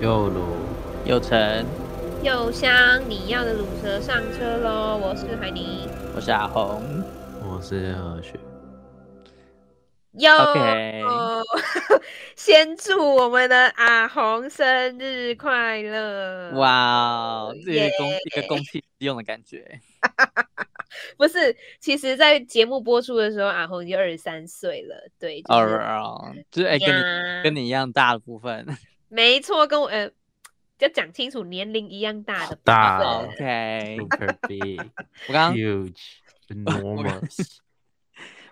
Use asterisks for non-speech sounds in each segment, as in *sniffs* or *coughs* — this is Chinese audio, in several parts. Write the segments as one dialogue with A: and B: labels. A: 又鲁，
B: 有成，
C: 又香，你要的卤蛇上车喽！我是海尼。
B: 我是阿红。
A: 我是何雪。
C: 哟
B: OK
C: *laughs* 先祝我们的阿红生日快乐！，
B: 哇，哦这
C: 耶
B: 是公一个公器私用的感觉。
C: 不是，其实，在节目播出的时候，阿红已经二十三岁了。对， *laughs* 就
B: 哦
C: 是
B: 哦，就是哎，跟你
C: 呀
B: 跟你一样大的部分。
C: 没错，跟我呃，要讲清楚年龄一样
B: *laughs*
C: 大的部分。
A: 大哦
B: OK，
C: *laughs*
A: Super big,
B: 我刚
A: huge,
C: *laughs*
A: enormous。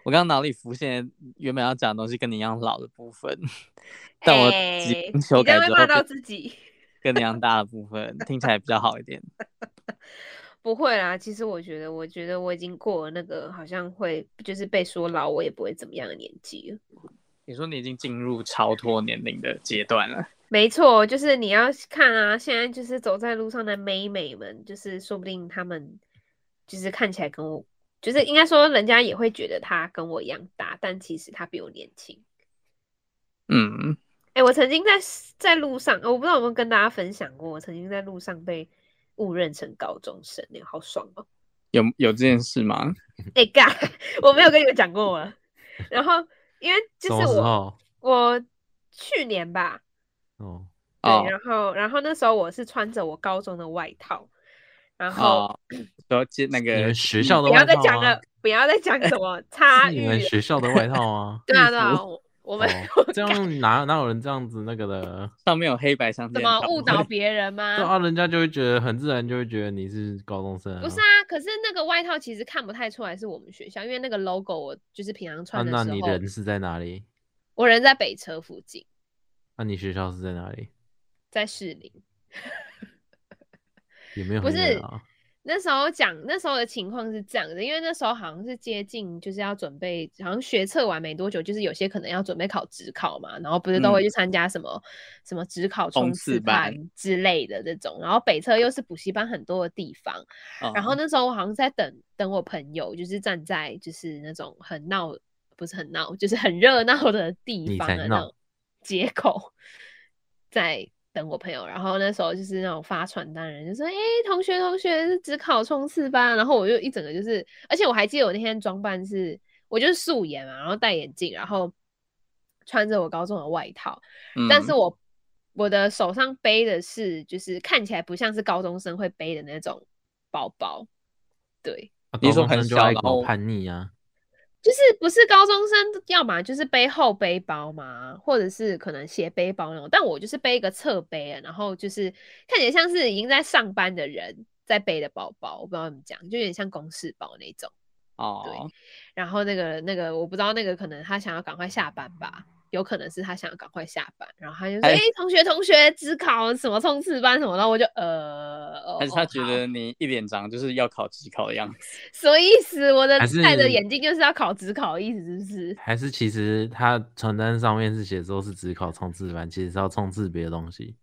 B: 我刚脑里浮现原本要讲的东西跟你一样老的部分，但我
C: 哎
B: 经修改
C: 你这
B: 之
C: 样会
B: 后
C: 骂到自己。
B: 跟你一样大的部分听起来比较好一点。
C: 不会啦，其实我觉得，我觉得我已经过了那个好像会就是被说老我也不会怎么样的年纪了。
B: 你说你已经进入超脱年龄的阶段了，
C: 没错，就是你要看啊，现在就是走在路上的美美们，就是说不定他们就是看起来跟我，就是应该说人家也会觉得他跟我一样大，但其实他比我年轻。
B: 嗯，
C: 哎，我曾经在在路上，呃我不知道有没有跟大家分享过，我曾经在路上被误认成高中生，那好爽哦！
B: 有有这件事吗？
C: 哎干， *laughs* 我没有跟你们讲过吗？ *laughs* 然后因为就
A: 什
C: 是
A: 么时
C: 我
A: 候？
C: 我去年吧，
A: 哦，
C: 对，
B: 哦
C: 然后然后那时候我是穿着我高中的外套，然后、
B: 哦，说接那
A: 你
B: 个
A: 们学校
C: 不
A: 的
C: 要
A: 外
C: 再
A: 套
C: 讲
A: 吗
C: 了？， *laughs* 不要再讲什么差
A: *laughs* 是
C: 异
A: 你们
C: 了。
A: 学校的外套吗？
C: 对啊
B: 制
C: 对啊，
B: 服
C: 我 *laughs* 我们、 *laughs*
A: 哦这样哪哪有人这样子那个的？
B: 上面有黑白相间，
C: 怎么误导
B: 会
C: 别人吗？
A: 对啊，人家就会觉得很自然，就会觉得你是高中生、啊。
C: 不是啊，可是那个外套其实看不太出来是我们学校，因为那个 logo 我就是平常
A: 啊，
C: 穿的
A: 那
C: 时
A: 你
C: 候，
A: 人是在哪里？
C: 我人在北车附近，
A: 那、你学校是在哪里？
C: 在士林。
A: 也没有
C: 不
A: 很远
C: 是
A: 啊。
C: 那时候讲那时候的情况是这样的，因为那时候好像是接近就是要准备，好像学测完没多久，就是有些可能要准备考职考嘛，然后不是都会去参加什么、什么职考
B: 冲
C: 嗯冲
B: 刺
C: 刺班
B: 班
C: 之类的这种，然后北侧又是补习班很多的地方，
A: 嗯
B: 嗯
C: 然后那时候我好像是在等等我朋友，就是站在就是那种很闹，不是很闹，就是很热闹的地
A: 你
C: 方
A: 才
C: 的
A: 闹
C: 那种街口，在等我朋友。然后那时候就是那种发传单的人就说：“哎、同学，同学，是只考冲刺班。”然后我就一整个就是，而且我还记得我那天装扮是，我就是素颜嘛，然后戴眼镜，然后穿着我高中的外套，
B: 嗯
C: 但是我我的手上背的是，就是看起来不像是高中生会背的那种包包，对，
A: 啊
B: 你
A: 高
B: 说
A: 中
B: 很
A: 生就
B: 小
A: 爱
B: 然
A: 搞
B: 后
A: 叛逆啊，
C: 就是不是高中生，要么就是背后背包嘛，或者是可能斜背包那种，但我就是背一个侧背啊，然后就是看起来像是已经在上班的人在背的包包，我不知道怎么讲，就有点像公事包那种。
B: 哦，
C: 然后那个那个，我不知道那个可能他想要赶快下班吧，有可能是他想要赶快下班，然后他就说：“
B: 哎
C: 哎、同学同学，只考什么冲刺班什么的。”然后我就呃，哦
B: 还是他
C: 哦
B: 觉
C: 好
B: 得你一脸长就是要考职考的样子，
C: 什么意思？我的
A: 还是
C: 戴着眼镜就是要考职考的意思，是不是？
A: 还是其实他传单上面是写说是只考冲刺班，其实是要冲刺别的东
C: *laughs*
A: 西。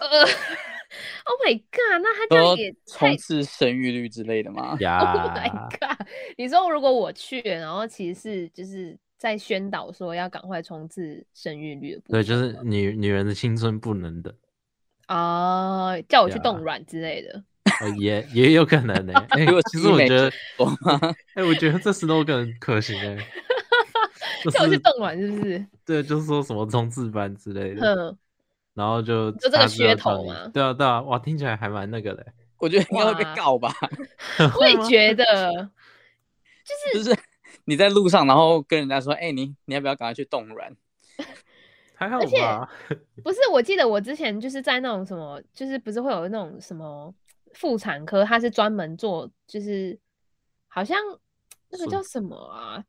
C: 呃，Oh my god，那他这样
B: 说
C: 也太
B: 冲刺生育率之类的吗？
A: *laughs* 呀、
C: Oh
A: 啊
C: my god！你说如果我去，然后其实是就是在宣导说要赶快冲刺生育率的部
A: 对，
C: 分，
A: 就是女女人的青春不能等，
C: 啊、叫我去
A: 呀
C: 冻卵之类的。
A: 呃、也也有可
C: *laughs*
A: 能呢、欸。
B: 如果
A: 其
B: 是
A: 实我
B: 美
A: 觉得，
B: 我吗？
A: 哎、我觉得这 slogan 可行哎、
C: *laughs*
A: 欸，就
C: 叫我去
A: 是
C: 冻卵是不是？
A: 对，就是说什么冲刺班之类的，
C: 嗯，
A: 然后就
C: 就这个
A: 大致要
C: 噱头
A: 叫你
C: 嘛
A: 对啊，对啊，哇，听起来还蛮那个的欸、
B: 我觉得应该会被
C: 哇
B: 告吧，
C: 我也觉得，
B: 就是你在路上，然后跟人家说，哎、你你要不要赶快去冻卵？
A: 还好
C: 而且
A: 吧？
C: *laughs*
A: *laughs*
C: 不是。我记得我之前就是在那种什么，就是不是会有那种什么妇产科，它是专门做，就是好像那个
A: 是
C: 叫什么啊？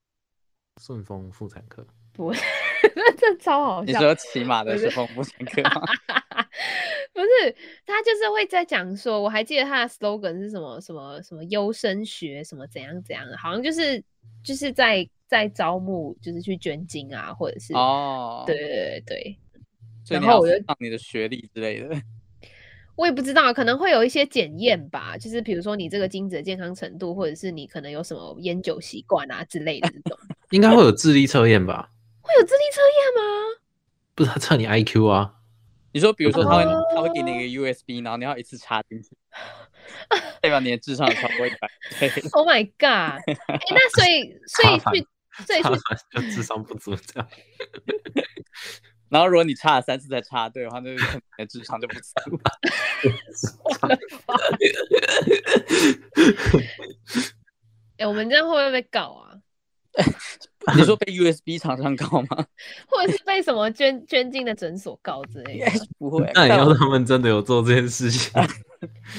A: 顺丰妇产科，
C: 不， *laughs* 这超好
B: 你
C: 笑。
B: 说骑马的
C: 我
B: 时
C: 是
B: 候不上课
C: *laughs*
B: 吗？
C: 不是，他就是会在讲说，我还记得他的 slogan 是什么什么什么优生学什么怎样怎样，好像就是就是在在招募，就是去捐精啊，或者是、
B: 哦，
C: 对，对对对，
B: 所以
C: 然
B: 你
C: 后
B: 要
C: 我就
B: 上你的学历之类的。
C: 我也不知道，可能会有一些检验吧，就是比如说你这个精子的健康程度，或者是你可能有什么烟酒习惯啊之类的这种，
A: 应该会有智力测验吧？
C: 会有智力测验吗？
A: 不是，他测你 IQ 啊。
B: 你说，比如说他会、
C: 哦
B: 他会给你一个 USB，然后你要一次插进去，代表你的智商有超过一百。 *laughs* 对，
C: Oh my
A: *laughs*
C: god！哎、那所以所以
A: 麻烦
C: 去所以
A: 他
C: 去
A: *laughs* 就智商不足这样。
B: 然后如果你插了三次才插对的话，那就可能你的智商就不足。
C: 哎、我们这样会不会被告啊？
B: 你说被 USB 厂商告吗？
C: 或者是被什么捐捐精的诊所告之类的？
B: *laughs*
C: *laughs*
B: 不会，啊
A: 那也
B: 但
A: 要
B: 我
A: 他们真的有做这件事情，
C: 啊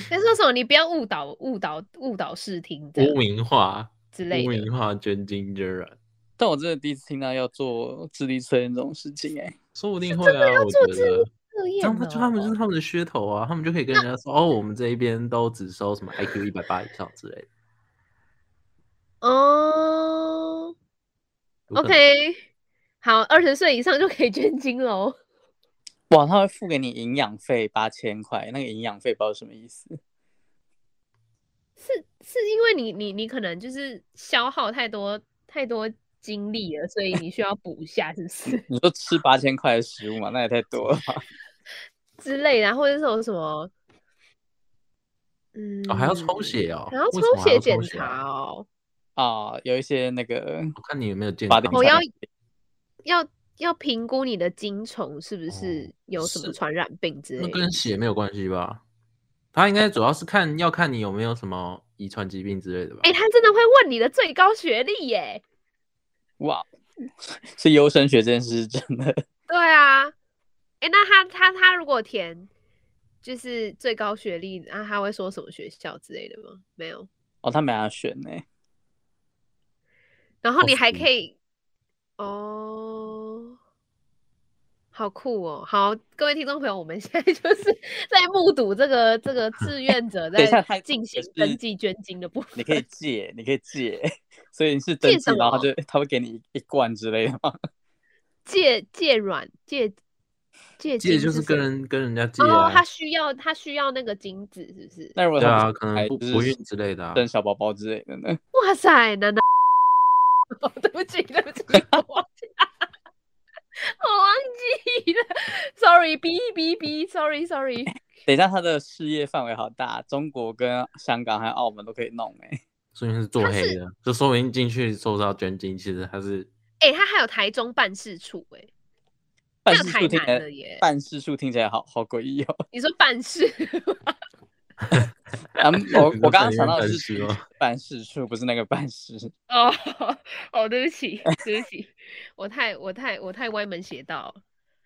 C: 他说什么？你不要误导误导误导视听这
A: 污
C: 样
A: 名化，
C: 之类
A: 污
C: 的。
A: 名化捐精捐卵，
B: 但我真的第一次听到要做智力测验这种事情、哎，
A: 说不定会啊，我
C: 做
A: 觉
C: 自
A: 得。
C: 测
A: 这
C: 验
A: 样他就他们就是
C: 哦
A: 他们的噱头啊，他们就可以跟人家说哦，我们这一边都只收什么 IQ 一百八以上之类的。
C: 哦
A: 有可能
C: ，OK，好，二十岁以上就可以捐精喽。
B: 哇，他会付给你营养费八千块，那个营养费不知道什么意思。
C: 是是因为你你你可能就是消耗太多太多精力了，所以
A: *laughs*
C: 你需要补一下，是不是 *laughs*
B: 你说吃八千块的食物嘛，那也太多了吧。
C: 之类的啊，或者是有什么，嗯，
A: 哦，还要抽，血哦，
C: 还要
A: 为
C: 嗯
A: 什
C: 抽
A: 么还要
C: 血检
A: 抽啊
C: 查哦，
B: 啊、有一些那个
A: 我看你有没有健
B: 法
A: 康
B: 定
A: 检
C: 我
A: 查。
C: 哦
B: 上
C: 要
B: 面
C: 要要评估你的精虫是不是有什
A: 哦
C: 么
A: 是
C: 传染病之
A: 那
C: 类的。
A: 跟血没有关系吧？他应该主要是看要看你有没有什么遗传疾病之类的吧。
C: 哎、他真的会问你的最高学历耶？
B: 哇，是优生学这件事是真的。
C: 对啊，哎、那他他他如果填就是最高学历，那、他会说什么学校之类的吗？没有。
B: 哦，他没让他选呢、
C: 然后
A: 好
C: 你还
A: 酷
C: 可以，哦，好酷哦！好，各位听众朋友，我们现在
A: *laughs*
C: 就是在目睹这个这个志愿者
B: 等一下他
C: 在进行登
B: 是
C: 记捐精的部
B: 你
C: 分。
B: 可以借，你可以借， *laughs* 所以你是登
C: 借
B: 记
C: 什，
B: 然后
C: 么
B: 就他会给你一罐之类的吗？
C: 借借卵借借
A: 借
C: 精
A: 就是
C: 谁
A: 跟人跟人家借
C: 哦，
A: 啊
C: 他，需要他需要那个精子是不是？
B: 那如果
A: 对
B: 他
A: 啊，
B: 们
A: 可能不
B: 就是
A: 不孕之类的啊。
B: 生小宝宝之类的呢？
C: 哇塞，楠楠，哦， *laughs* 对不起，对不起，我忘记了，我忘记了，sorry，哔哔哔，sorry，sorry。
B: 等一下，他的事业范围好大，中国跟香港还有澳门都可以弄哎、
A: 说明是做
C: 他
A: 黑
C: 是
A: 的，就说明进去受到捐精，其实他是
C: 哎、他还有台中办事处、欸，
B: 办
C: 那
B: 事
C: 太
B: 处听起
C: 难
B: 来
C: 了耶，
B: 办事处听起来好 *laughs* 好诡异哦。
C: 你说办事 *laughs*
A: *laughs*
B: 啊，我
A: 你
B: 我
A: 说办
B: 刚刚
A: 医
B: 想
A: 院
B: 到的
A: 办
B: 是
A: 事
B: 体
A: 吗
B: 检办事处，不是那个办事。
C: 哦哦，对不起，对不起，我太我太我太歪门邪道了。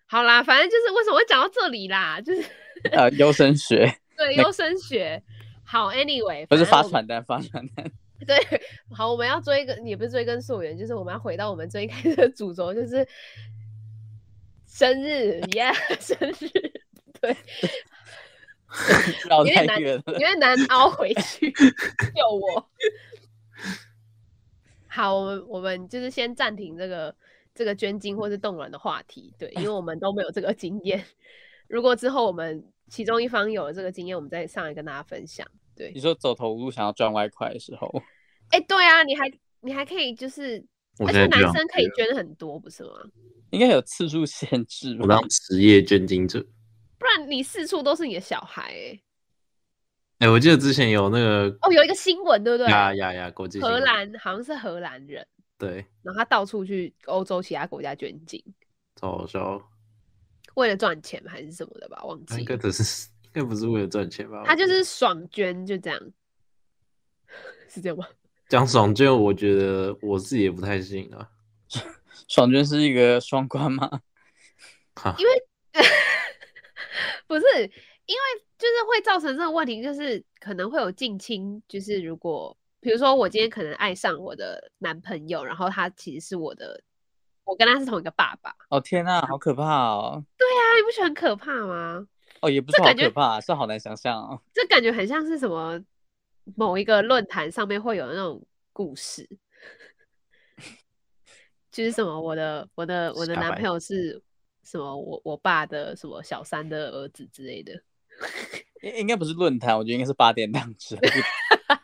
C: 好啦，反正就是为什么会讲到这里啦，就是
B: 呃，优生学
C: 对优生学。好，anyway，
B: 不是
C: 反
B: 发
C: 正我们
B: 传单，发传单。
C: 对，好，我们要追根，也不是追根溯源，就是我们要回到我们最一开始的主轴，就是生日耶 *laughs* 生日，对，
B: 绕
C: 有点
B: 太
C: 难
B: 远了。
C: 有点难凹回
A: *laughs*
C: 去，救我！好，我们我们就是先暂停这个这个捐精或是冻卵的话题，对，因为我们都没有这个经验。如果之后我们其中一方有了这个经验，我们再上来跟大家分享。
B: 你说走投无路想要赚外快的时候，
C: 哎、对啊，你还你还可以就是，
A: 我
C: 而
A: 现
C: 且
A: 在就想
C: 男生可以
A: 去了
C: 捐很多，不是吗？
B: 应该有次数限制
A: 我
B: 吧
A: 当？职业捐精者。
C: 不然你四处都是你的小孩、欸。
A: 哎，我记得之前有那个
C: 哦，有一个新闻，对不对？
A: 呀呀呀，国际新
C: 荷
A: 闻
C: 兰好像是荷兰人，
A: 对，
C: 然后他到处去欧洲其他国家捐精。
A: 超好笑。
C: 为了赚钱还是什么的吧，忘
A: 他
C: 记
A: 应该
C: 了。
A: 只是应该不是为了赚钱吧？
C: 他
A: 我
C: 就
A: 觉得
C: 是爽捐，就这样， *laughs* 是这样吗？ *laughs*
A: 讲爽捐，我觉得我自己也不太信啊。
B: 爽娟是一个双关吗？
A: 哈，
C: 因为不是，因为就是会造成这个问题，就是可能会有近亲，就是如果比如说我今天可能爱上我的男朋友，然后他其实是我的，我跟他是同一个爸爸，
B: 哦天呐，好可怕哦！
C: 那你不觉得很可怕吗？
B: 哦，也不
C: 这
B: 是好
C: 感觉
B: 可怕，是好难想象哦。
C: 这感觉很像是什么某一个论坛上面会有那种故事，就是什么我的我的我的
A: 瞎
C: 男
A: 掰
C: 朋友是什么我我爸的什么小三的儿子之类的。
B: 应应该不是论坛，我觉得应该是八点 *laughs* 档之类的。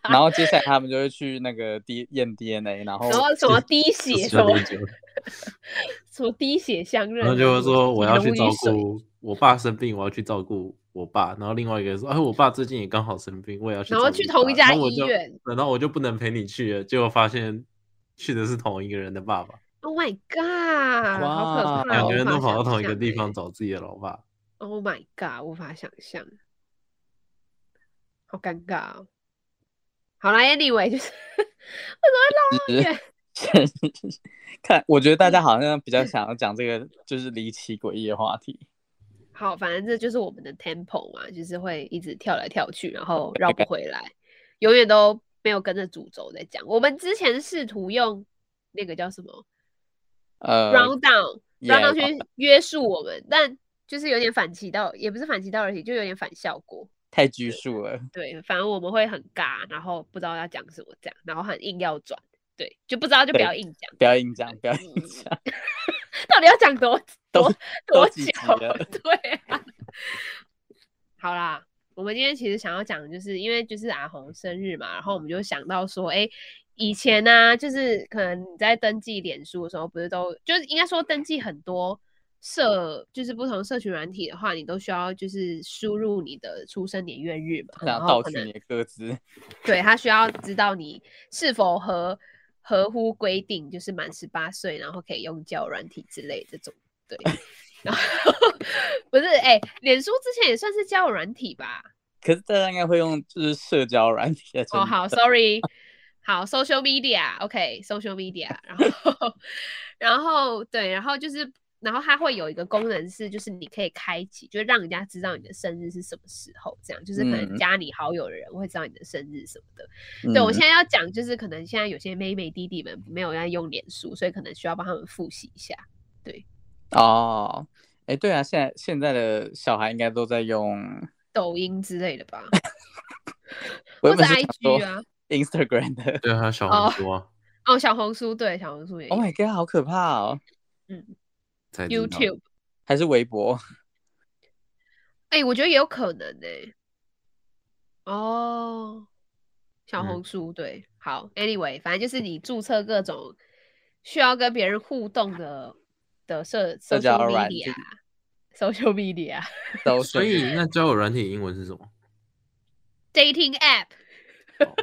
B: 然后接下来他们就
C: 哦
B: 会去那个 D 验 DNA，然后
C: 然后什么滴血
A: 哦是
C: 什么
A: 喝酒
C: 什什么滴血相认
A: 然
C: 啊，
A: 后就会
C: 什么
A: 说我要去
C: 溶于
A: 照
C: 水
A: 顾我爸生病，我要去照顾我爸。然后另外一个人说，哎，我爸最近也刚好生病，我也要去照
C: 然
A: 顾他。
C: 后去同一家
A: 然后我
C: 医
A: 就
C: 院。
A: 对然后我就不能陪你去了，结果发现去的是同一个人的爸爸，
C: Oh my god！好可
B: 哇
C: 怕，
A: 两
C: 我
A: 个
C: 无
A: 人
C: 法
A: 都跑到
C: 想
A: 同一个
C: 象
A: 地
C: 欸
A: 方。找自己的老爸。
C: Oh my god！无法想象，好尴尬、哦。好啦 a n y w a y 就是为什
B: *laughs*
C: 么会绕那么远？
B: 看，我觉得大
C: 嗯
B: 家好像比较想要讲这个就是离奇诡异的话题，
C: 好，反正这就是我们的 tempo 嘛，就是会一直跳来跳去，然后绕不回来，永远都没有跟着主轴在讲。我们之前试图用那个叫什么
B: 呃
C: round down，
B: yeah，
C: round down
B: round
C: 去约束我们，但就是有点反其道，也不是反其道而已，就有点反效果。
B: 太拘束了。
C: 对，反正我们会很尬，然后不知道要讲什么这样，然后很硬要转，对，就不知道就不
B: 对
C: 要硬讲，
B: 不要硬讲，不要硬
C: 嗯
B: 讲，
C: 到底要讲多
B: 都
C: 多
B: 都
C: 多
B: 几
C: 久
B: 集了？
C: *laughs* 对啊，好啦，我们今天其实想要讲，的就是因为就是阿红生日嘛，然后我们就想到说，哎、以前呢、就是可能你在登记脸书的时候，不是都就是应该说登记很多社，就是不同社群软体的话，你都需要就是输入你的出生年月日嘛，
B: 想
C: 然
B: 要
C: 后
B: 盗
C: 可
B: 取
C: 能
B: 你的歌词，
C: 对他需要知道你是否合合乎规定，就是满十八岁，然后可以用交友软体之类这种。
B: *laughs*
C: 对，然后 *laughs* 不是哎，脸、书之前也算是交友软体吧？
B: 可是大家应该会用就是社交软体的
C: 哦，好，sorry，好，social media，OK，social、media，然后然后对，然后就是。然后它会有一个功能是，就是你可以开启，就是让人家知道你的生日是什么时候，这样就是可能
B: 嗯
C: 加你好友的人会知道你的生日什么的。对，我现在要讲就是，可能现在有些妹妹弟弟们没有在用脸书，所以可能需要帮他们复习一下。
B: 在哦，哎，对啊，现在现在的小孩应该都在用，
C: 抖音之类的吧，
B: *laughs* 我
C: 或
B: 原
C: 者
B: 本是想
C: IG
B: 说
C: 啊，
B: Instagram 的
A: 对，还有小红
C: 哦
A: 书啊，
C: 哦，小红书对，小红书也有、
B: ，Oh my god，好哦可怕哦，
A: 才知道
C: YouTube，
B: 还是
A: *laughs*
B: 微博，
C: 哎、我觉得也有可能呢、哦，小
A: 嗯
C: 红书、对，好，Anyway，反正就是你注册各种需要跟别人互动的的社
B: 社交
C: social
B: 软体
C: media，social *laughs* media，dating
B: 都
A: 所以那交友软体英文是什么？
C: app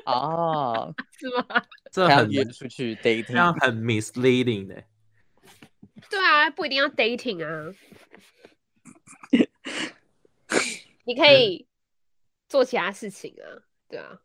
B: 哦，
C: 是吗？
A: 这
B: 他要
A: 很
B: 约出去
A: 这样
B: dating，
A: 很 misleading 的、
C: 对啊，不一定要 dating 啊，你可以做其他事情啊，对啊，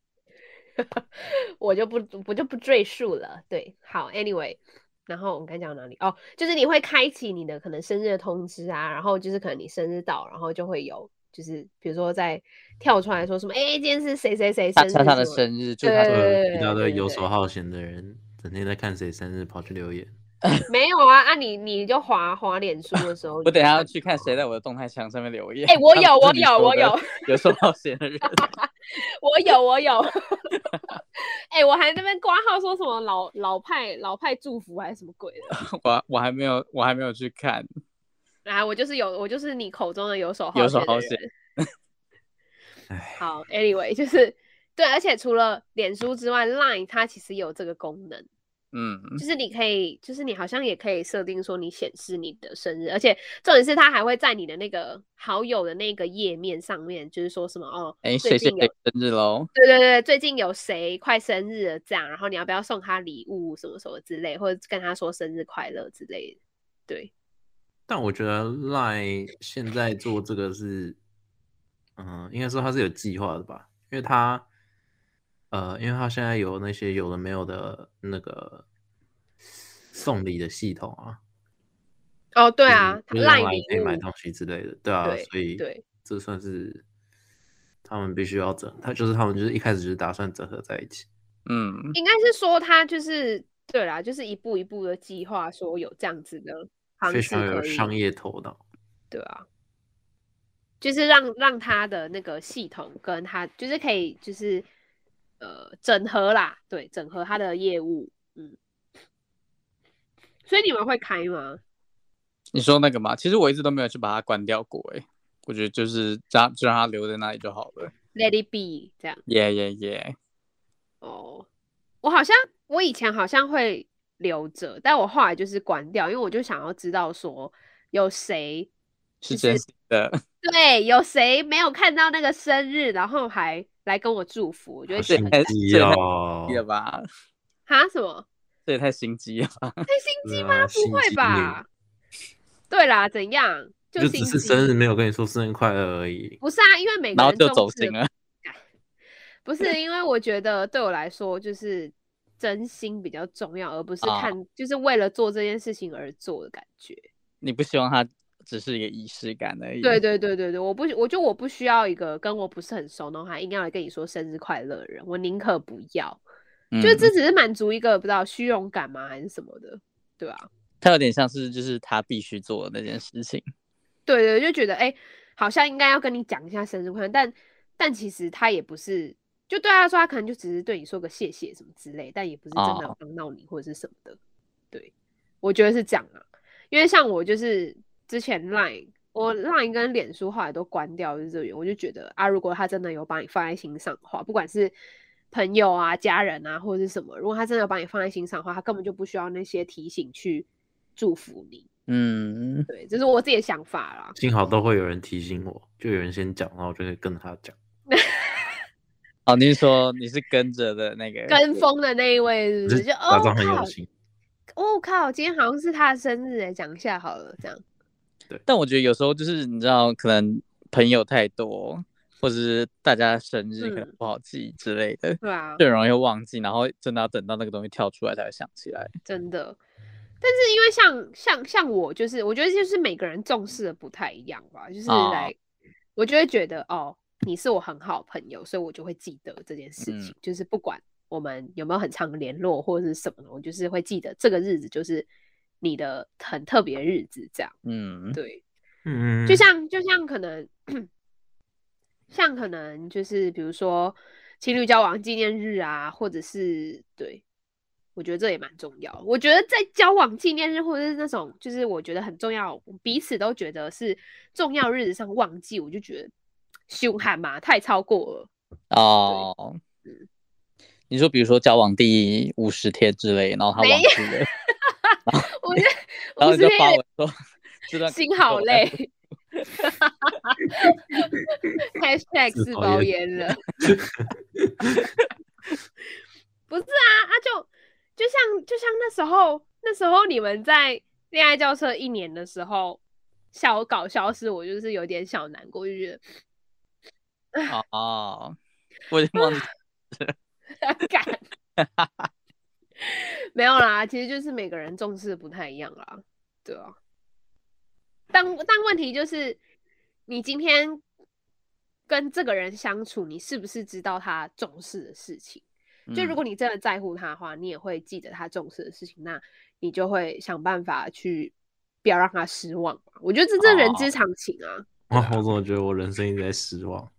C: *laughs* 我就不我就不赘述了。对，好，anyway，然后我们刚讲到哪里？哦，就是你会开启你的可能生日的通知啊，然后就是可能你生日到，然后就会有就是比如说在跳出来说什么，哎、今天是谁谁谁生
B: 他
C: 日什
B: 他
C: 么，
B: 他的生日，祝他
A: 这
C: 对
A: 个一大
C: 对
A: 堆
C: 对
A: 游
C: 对
A: 手好闲的人，整天在看谁生日跑去留言。
C: 没有啊？啊你，你就滑滑脸书的时候
B: *laughs* ，我等一下要
C: 你就
B: 去看谁在我的动态墙上面留言。
C: 哎我
B: 他们
C: 有
B: 是
C: 我
B: 你
C: 有
B: 说
C: 我
B: 的
C: 有
B: 有收到钱的人，
C: 我有，我有。 *laughs* 哎、我还在那边挂号说什么老老派老派祝福还是什么鬼的？
B: 我我还没有我还没有去看，
C: 来，我就是有，我就是你口中的游手好
B: 有手
C: 闲的
B: 好
C: 人
B: 闲。
A: 哎，
C: 好，anyway，就是对，而且除了脸书之外，Line 它其实也有这个功能，
B: 嗯，
C: 就是你可以，就是你好像也可以设定说你显示你的生日，而且重点是它还会在你的那个好友的那个页面上面，就是说什么哦，
B: 哎，
C: 最
B: 谁谁
C: 近
B: 谁
C: 有
B: 生日喽？
C: 对对对，最近有谁快生日了这样，然后你要不要送他礼物什么什么之类，或者跟他说生日快乐之类的。对，
A: 但我觉得 Line 现在做这个是，嗯、应该说它是有计划的吧，因为它，呃，因为它现在有那些有的没有的那个送礼的系统啊，
C: 哦，对啊，他
A: 就是就是用
C: 赖
A: Line 可以
C: 礼
A: 嗯买
C: 物，
A: 东西之类的，对啊，
C: 对
A: 所以
C: 对
A: 这算是他们必须要整，他就是他们就是一开始就是打算整合在一起，
B: 嗯，
C: 应该是说他就是对啦，就是一步一步的计划，说有这样子的方
A: 非
C: 式
A: 常有
C: 可以，
A: 商业头脑。
C: 对啊，就是让让他的那个系统跟他就是可以就是呃整合啦，对，整合他的业务，嗯，所以你们会开吗？
B: 你说那个嘛，其实我一直都没有去把它关掉过，哎，我觉得就是让就让它留在那里就好了。
C: Let it be 这样
B: 耶耶耶，
C: 哦。我好像我以前好像会留着，但我后来就是关掉，因为我就想要知道说有谁
B: 是真心的，
C: 对有谁没有看到那个生日，然后还来跟我祝福，我觉
A: 好
C: 得
B: 啊是啊
A: 心
B: 这也太
A: 机
B: 这也太
A: 哦，
B: 了吧？
C: 哈什么
B: 这也太心机了吧？
C: 太心
A: 对
C: 机
A: 啊
C: 吗？
A: 心
C: 不会
A: 机
C: 吧？对啦，怎样？
A: 就
C: 心
A: 只是
C: 机
A: 生日没有跟你说生日快乐而已。
C: 不是啊，因为每个
B: 然后
C: 人
B: 就
C: 重
B: 走
C: 视
B: 心
C: 的
B: 了，
C: 不是因为我觉得对我来说就是真心比较重要，而不是
B: 啊
C: 看、就是为了做这件事情而做的感觉。
B: 你不希望它只是一个仪式感而已。
C: 对对对对对，我不我就我不需要一个跟我不是很熟，然后还硬要来跟你说生日快乐的人，我宁可不要。
B: 嗯，
C: 就是这只是满足一个不知道虚荣感吗，还是什么的，对啊，
B: 它有点像是就是他必须做的那件事情。
C: 对对，就觉得哎、好像应该要跟你讲一下生日快乐，但但其实他也不是，就对他来说，他可能就只是对你说个谢谢什么之类，但也不是真的有
B: 哦
C: 帮到你或者是什么的。对，我觉得是这样啊，因为像我就是之前 Line，我 Line 跟脸书后来都关掉，就是这个原因，我就觉得啊，如果他真的有把你放在心上的话，不管是朋友啊、家人啊，或者是什么，如果他真的有把你放在心上的话，他根本就不需要那些提醒去祝福你。
B: 嗯，
C: 对，这是我自己的想法啦。
A: 幸好都会有人提醒我，就有人先讲，然后我就会跟着他讲。
B: 哦，你是说你是跟着的那个
C: 跟风的那一位
A: 可
C: 是不
A: 是
C: 是？就
A: 打
C: 哦
A: 仗很
C: 靠
A: 用，心，
C: 哦靠，今天好像是他的生日哎，讲一下好了，这样
B: 但我觉得有时候就是你知道，可能朋友太多，或者是大家生日可能
C: 嗯
B: 不好记之类的，
C: 对啊，
B: 最容易忘记，然后真的要等到那个东西跳出来才会想起来。
C: 真的。但是因为像像像我，就是我觉得就是每个人重视的不太一样吧，就是
B: 哦
C: 来，我就会觉得哦，你是我很好的朋友，所以我就会记得这件事情，就是不管我们有没有很常联络或者是什么的，我就是会记得这个日子就是你的很特别的日子，这样
B: 嗯，
C: 对。
A: 嗯，
C: 就像就像可能，像可能就是比如说情侣交往纪念日啊，或者是对，我觉得这也蛮重要。我觉得在交往纪念日或者是那种就是我觉得很重要，彼此都觉得是重要日子上忘记，我就觉得凶悍嘛，太超过了。 *laughs*
B: 哦，你说比如说交往第五十天之类，然后他
C: 没
B: 忘记了，
C: 我觉
B: 然后
C: 得我
B: 你就是发文说 *laughs* 这段
C: 心好累。#hashtag
A: 自
C: 自
A: 爆
C: 包
A: 烟
C: 烟了，不是啊啊就就像就像那时候那时候你们在恋爱教室一年的时候，小搞消失，我就是有点小难过，就觉得
B: 哦， *laughs* 我已经忘记
C: 干。 *laughs* 没有啦，其实就是每个人重视的不太一样啦，对啊。但但问题就是，你今天跟这个人相处，你是不是知道他重视的事情？ *laughs* 就如
B: 嗯
C: 果你真的在乎他的话，你也会记得他重视的事情，那你就会想办法去不要让他失望嘛。我觉得这这人之
B: 哦
C: 常情啊。
A: 哇，我怎么觉得我人生一直在失望，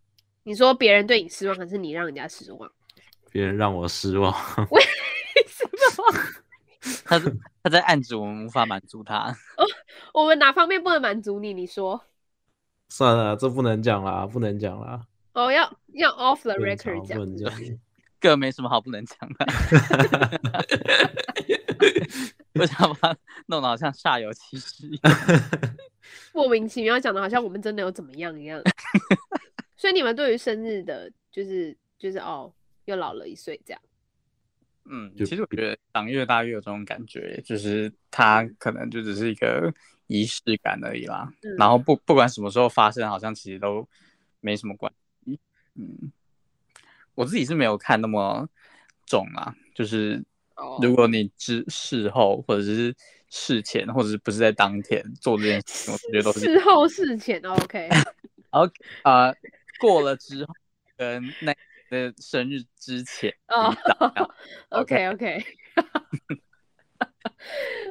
C: 你说别人对你失望，还是你让人家失望？ *laughs*
A: 别人让我失望。
C: 什么？
B: *laughs* 他是他在暗指我们无法满足他。 *laughs*
C: 我们哪方面不能满足你？你说。
A: *laughs* 算了，这不能讲啦，不能讲啦，
C: 哦，要要 off the
A: 不能讲
C: record
A: 不能
C: 讲，
A: 讲。
B: 个没什么好不能讲的，我想把它弄得好像煞有其事一样。
C: 莫名其妙讲的好像我们真的有怎么样一样。所以你们对于生日的，就是就是哦，又老了一岁这样。
B: 嗯，
A: 就
B: 其实我觉得长越大越有这种感觉，就是它可能就只是一个仪式感而已啦。
C: 嗯
B: 然后不不管什么时候发生，好像其实都没什么关系。嗯，我自己是没有看那么重啊，就是
C: 哦
B: 如果你之事后或者是事前，或者是不是在当天做这件事情，我觉得都是
C: 事后事前哦，OK，
B: 然后啊、呃过了之后跟那的生日之前
C: 哦
B: 比较
C: ，OK OK。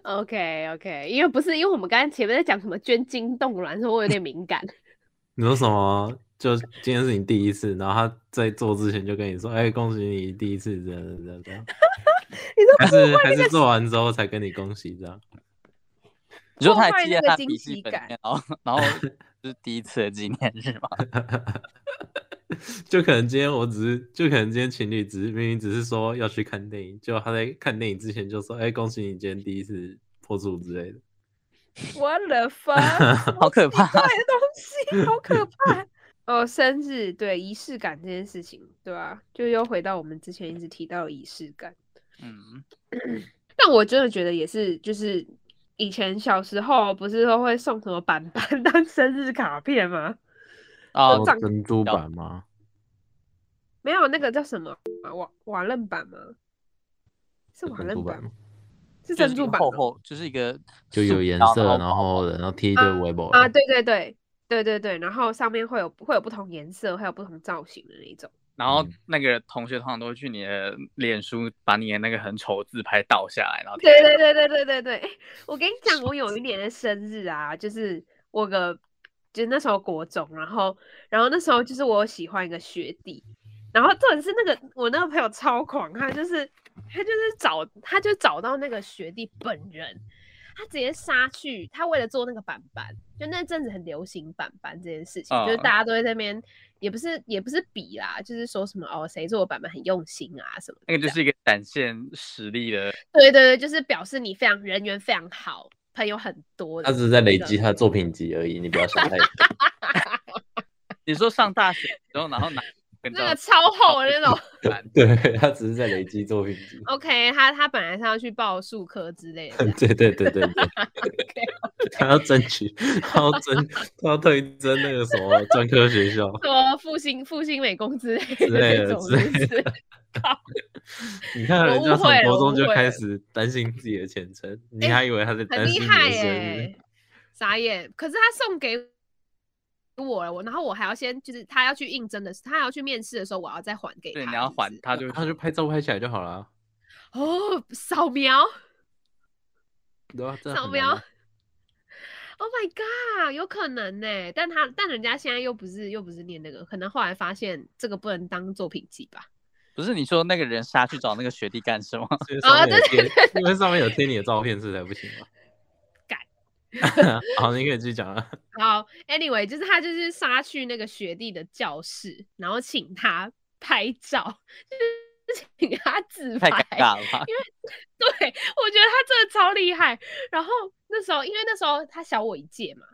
C: OK *laughs* OK，因为不是因为我们刚才前面在讲什么捐精冻卵，所以我有点敏感。
A: *laughs* 你说什么？就今天是你第一次，然后他在做之前就跟你说：“哎、恭喜你第一次，这样这样这样。”
C: *laughs* 你说
A: 还是还是做完之后才跟你恭喜这样？
B: 你说他
C: 破坏
B: 还记
C: 那
B: 得
C: 个
B: 他
C: 惊
B: 笔
C: 喜
B: 记本里
C: 感
B: 面，然后然后
C: *laughs*
B: 就是第一次的纪念日嘛，
A: 就可能今天我只是，就可能今天情侣只是明明只是说要去看电影，结果他在看电影之前就说：“哎、恭喜你今天第一次破处之类的。
C: What the fuck！
B: 好可
C: *laughs*
B: 怕
C: 怪的东西，
B: *laughs*
C: 好可怕。 *laughs* 哦，生日对仪式感这件事情，对吧、啊就又回到我们之前一直提到的仪式感。
B: 嗯，
C: 但我真的觉得也是，就是以前小时候不是都会送什么板板当生日卡片吗？
B: 哦
C: 都，长
A: 珍珠版吗？
C: 没有那个叫什么啊瓦瓦楞板吗？是瓦
A: 珍珠
C: 楞
A: 版
C: 板
A: 吗
C: 吗？是
B: 就
C: 珍
B: 是一
C: 珠
B: 个
C: 板
B: 厚
C: 吗
B: 厚，就是一个
A: *laughs* 就
B: 塑
A: 有颜
B: 胶
A: 色，
B: 然
A: 然后然后贴一堆
C: 啊
A: 围脖
C: 啊，对对对对对对，然后上面会有会有不同颜色，会有不同造型的那一种。
B: 然后
A: 嗯
B: 那个同学通常都会去你的脸书，把你的那个很丑的自拍倒下来，然后贴
C: 对对对对对对对，哎我跟你讲，我有一年的生日啊，就是我个，就是那时候国中，然后然后那时候就是我有喜欢一个学弟，然后重点是那个我那个朋友超狂，他就是他就是找他就找到那个学弟本人，他直接杀去，他为了做那个板板，就那阵子很流行板板这件事情，就是
B: 嗯
C: 大家都会在那边。也不是也不是比啦，就是说什么哦，谁做的板板很用心啊什么的。
B: 那个就是一个展现实力的，
C: 对对对，就是表示你非常人缘非常好，朋友很多的。
A: 他只是在累积他的作品集而已，你不要想太 *laughs* 多。
B: 你说上大学之后，然
C: *laughs*
B: 后拿跟
C: 那个超厚的那种。
B: 种
A: 对，他只是在累积作品集。 *laughs*
C: OK，他他本来是要去报数科之类的这样，
A: 对对对对对，
C: *laughs*
A: 他要争取，他要争，他要推争那个什么专科学校。
C: 什么复兴复兴美工之类
A: 之类
C: 那
A: 的
C: *laughs* 种，
A: 之
C: 是不
A: 类
C: 是？
A: 你看
C: 我
A: 人家
C: 误会
A: 从
C: 了
A: 国
C: 我
A: 中
C: 误
A: 就
C: 会
A: 开
C: 了
A: 始担心自己的前程，你
C: 哎
A: 还以为他在
C: 很
A: 担
C: 厉
A: 心你
C: 害
A: 的
C: 耶、
A: 生日？
C: 傻眼。可是他送给我了，我然后我还要先就是他要去应征的，他要去面试的时候，我要再还给他。
B: 对，你要
C: 是不
B: 还
C: 是
B: 他就
A: 他就拍照拍起来就好了，
C: 哦，扫描。
A: 对啊，这样
C: 扫
A: 很难
C: 描
A: 吗。
C: *laughs* Oh my god，有可能呢、但他但人家现在又不是又不是念那个，可能后来发现这个不能当作品集吧？
B: 不是你说那个人杀去找那个学弟干什么？
A: 因为
C: 啊
A: 上面有
C: 对对
A: 贴，因为上面有贴你的照片，是才不行吗？
C: *laughs* 干
A: 好，你可以继续讲了。
C: 好，anyway，就是他就是杀去那个学弟的教室，然后请他拍照，就是 *laughs* 请他自
B: 太
C: 拍。
B: 尴尬了吧？
C: *laughs* 对，我觉得他真的超厉害。然后那时候，因为那时候他小我一届嘛，